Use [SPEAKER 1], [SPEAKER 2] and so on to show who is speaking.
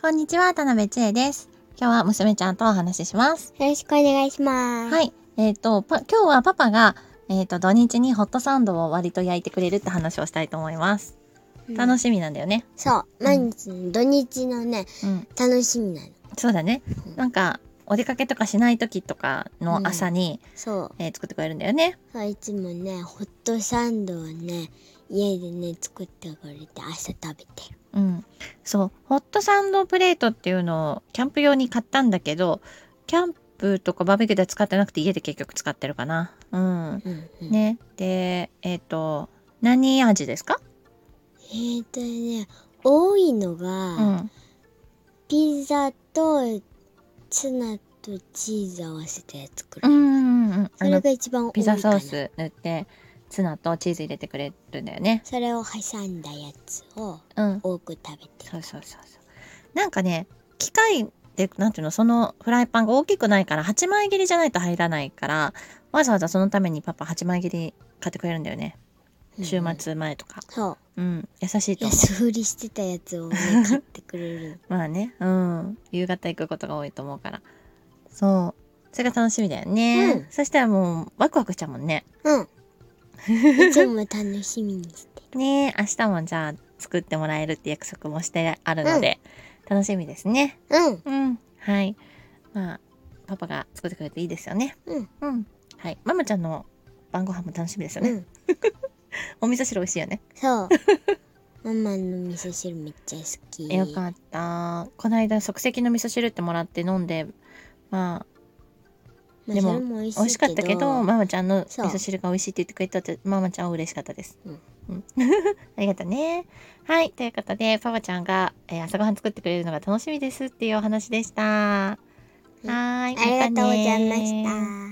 [SPEAKER 1] こんにちは、田辺千恵です。今日は娘ちゃんとお話しします。
[SPEAKER 2] よろしくお願いします。
[SPEAKER 1] はい。えっ、と、パ今日はパパが、えっ、と、土日にホットサンドを割と焼いてくれるって話をしたいと思います。楽
[SPEAKER 2] し
[SPEAKER 1] しみなんだよね。
[SPEAKER 2] そう。毎日、土日のね、
[SPEAKER 1] うん。
[SPEAKER 2] 楽しみなの。
[SPEAKER 1] そうだね
[SPEAKER 2] う。ん
[SPEAKER 1] なんか、お出かけとかしない時とかの朝に、
[SPEAKER 2] そう。
[SPEAKER 1] えー作ってくれるんだよね。
[SPEAKER 2] そういつもね、ホットサンドをね、家でね、作ってくれて朝食べてる。
[SPEAKER 1] うん。そう。ホットサンドプレートっていうのをキャンプ用に買ったんだけど、キャンプとかバーベキューでは使ってなくて家で結局使ってるかな。うん。
[SPEAKER 2] うん、うん。
[SPEAKER 1] ね。で、えっ、と、何味ですか
[SPEAKER 2] えーとね、多いの
[SPEAKER 1] う
[SPEAKER 2] が、
[SPEAKER 1] ん。
[SPEAKER 2] ピザとツナとチーズ合わせたやつく
[SPEAKER 1] う
[SPEAKER 2] る。
[SPEAKER 1] んうんうん。
[SPEAKER 2] そ
[SPEAKER 1] あ
[SPEAKER 2] れ
[SPEAKER 1] の
[SPEAKER 2] が、一番多い
[SPEAKER 1] ピ
[SPEAKER 2] かな。
[SPEAKER 1] ザソー。ス塗って、ツナとチーズ入れてくれるんだよね。
[SPEAKER 2] それを挟んだやつを
[SPEAKER 1] うん。
[SPEAKER 2] 多く食べて
[SPEAKER 1] そ
[SPEAKER 2] る。
[SPEAKER 1] うそうそうそう。なんかね、機械で、なんていうの、そのフライパンが大きくないから、8枚切りじゃないと入らないから、わざわざそのためにパパ8枚切り買ってくれるんだよね。週
[SPEAKER 2] うんうん
[SPEAKER 1] 末前とか。
[SPEAKER 2] そう。
[SPEAKER 1] うん。優しいと思う。
[SPEAKER 2] 安売りしてたやつを、ね、買ってくれる
[SPEAKER 1] まあね、うん。夕方行くことが多いと思うから。そう。それが楽しみだよね。
[SPEAKER 2] うん
[SPEAKER 1] そしたらもう、ワクワクしちゃうもんね。
[SPEAKER 2] の。うん。いつも楽しみにしてる。
[SPEAKER 1] ねえ明日もじゃあ作ってもらえるって約束もしてあるので、楽しみですね。
[SPEAKER 2] うん。
[SPEAKER 1] うん。はい。まあ、パパが作ってくれていいですよね。
[SPEAKER 2] うん。
[SPEAKER 1] うん。はい。ママちゃんの晩ご飯も楽しみですよ
[SPEAKER 2] う
[SPEAKER 1] ね。
[SPEAKER 2] ん。
[SPEAKER 1] お味噌汁美味しいよね。
[SPEAKER 2] そう。ママの味噌汁めっちゃ好き。
[SPEAKER 1] よかった。この間即席の味噌汁ってもらって飲んで、まあ、
[SPEAKER 2] まあ
[SPEAKER 1] でも
[SPEAKER 2] それも美味
[SPEAKER 1] 美味しかったけど、ママちゃんの味
[SPEAKER 2] そう
[SPEAKER 1] 噌汁が美味しいって言ってくれたって、ママちゃんは嬉しかったです。
[SPEAKER 2] うん
[SPEAKER 1] うん。 ありがとうね。はい。ということで、パパちゃんが、えー朝ごはん作ってくれるのが楽しみですっていうお話でした。はーい。
[SPEAKER 2] ありがとうございま
[SPEAKER 1] たね
[SPEAKER 2] した。